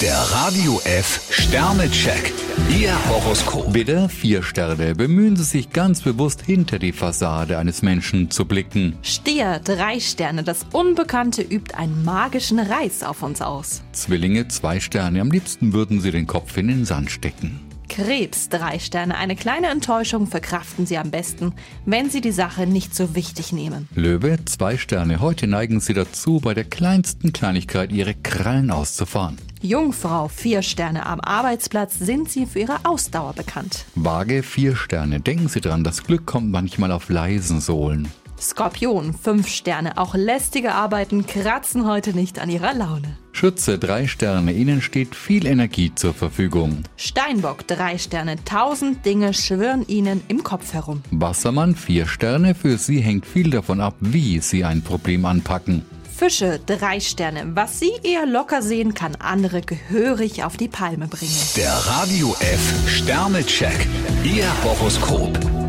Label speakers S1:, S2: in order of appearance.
S1: Der Radio F Sternecheck. Ihr Horoskop.
S2: Widder, vier Sterne, bemühen Sie sich ganz bewusst hinter die Fassade eines Menschen zu blicken.
S3: Stier, drei Sterne. Das Unbekannte übt einen magischen Reiz auf uns aus.
S2: Zwillinge, zwei Sterne, am liebsten würden Sie den Kopf in den Sand stecken.
S3: Krebs, drei Sterne. Eine kleine Enttäuschung verkraften Sie am besten, wenn Sie die Sache nicht so wichtig nehmen.
S2: Löwe, zwei Sterne, heute neigen Sie dazu, bei der kleinsten Kleinigkeit Ihre Krallen auszufahren.
S3: Jungfrau, vier Sterne. Am Arbeitsplatz sind Sie für Ihre Ausdauer bekannt.
S2: Waage, vier Sterne, denken Sie dran, das Glück kommt manchmal auf leisen Sohlen.
S3: Skorpion, fünf Sterne. Auch lästige Arbeiten kratzen heute nicht an Ihrer Laune.
S2: Schütze, drei Sterne, Ihnen steht viel Energie zur Verfügung.
S3: Steinbock, drei Sterne. Tausend Dinge schwirren Ihnen im Kopf herum.
S2: Wassermann, vier Sterne, für Sie hängt viel davon ab, wie Sie ein Problem anpacken.
S3: Fische, drei Sterne. Was Sie eher locker sehen, kann andere gehörig auf die Palme bringen.
S1: Der Radio F Sternecheck. Ihr Horoskop.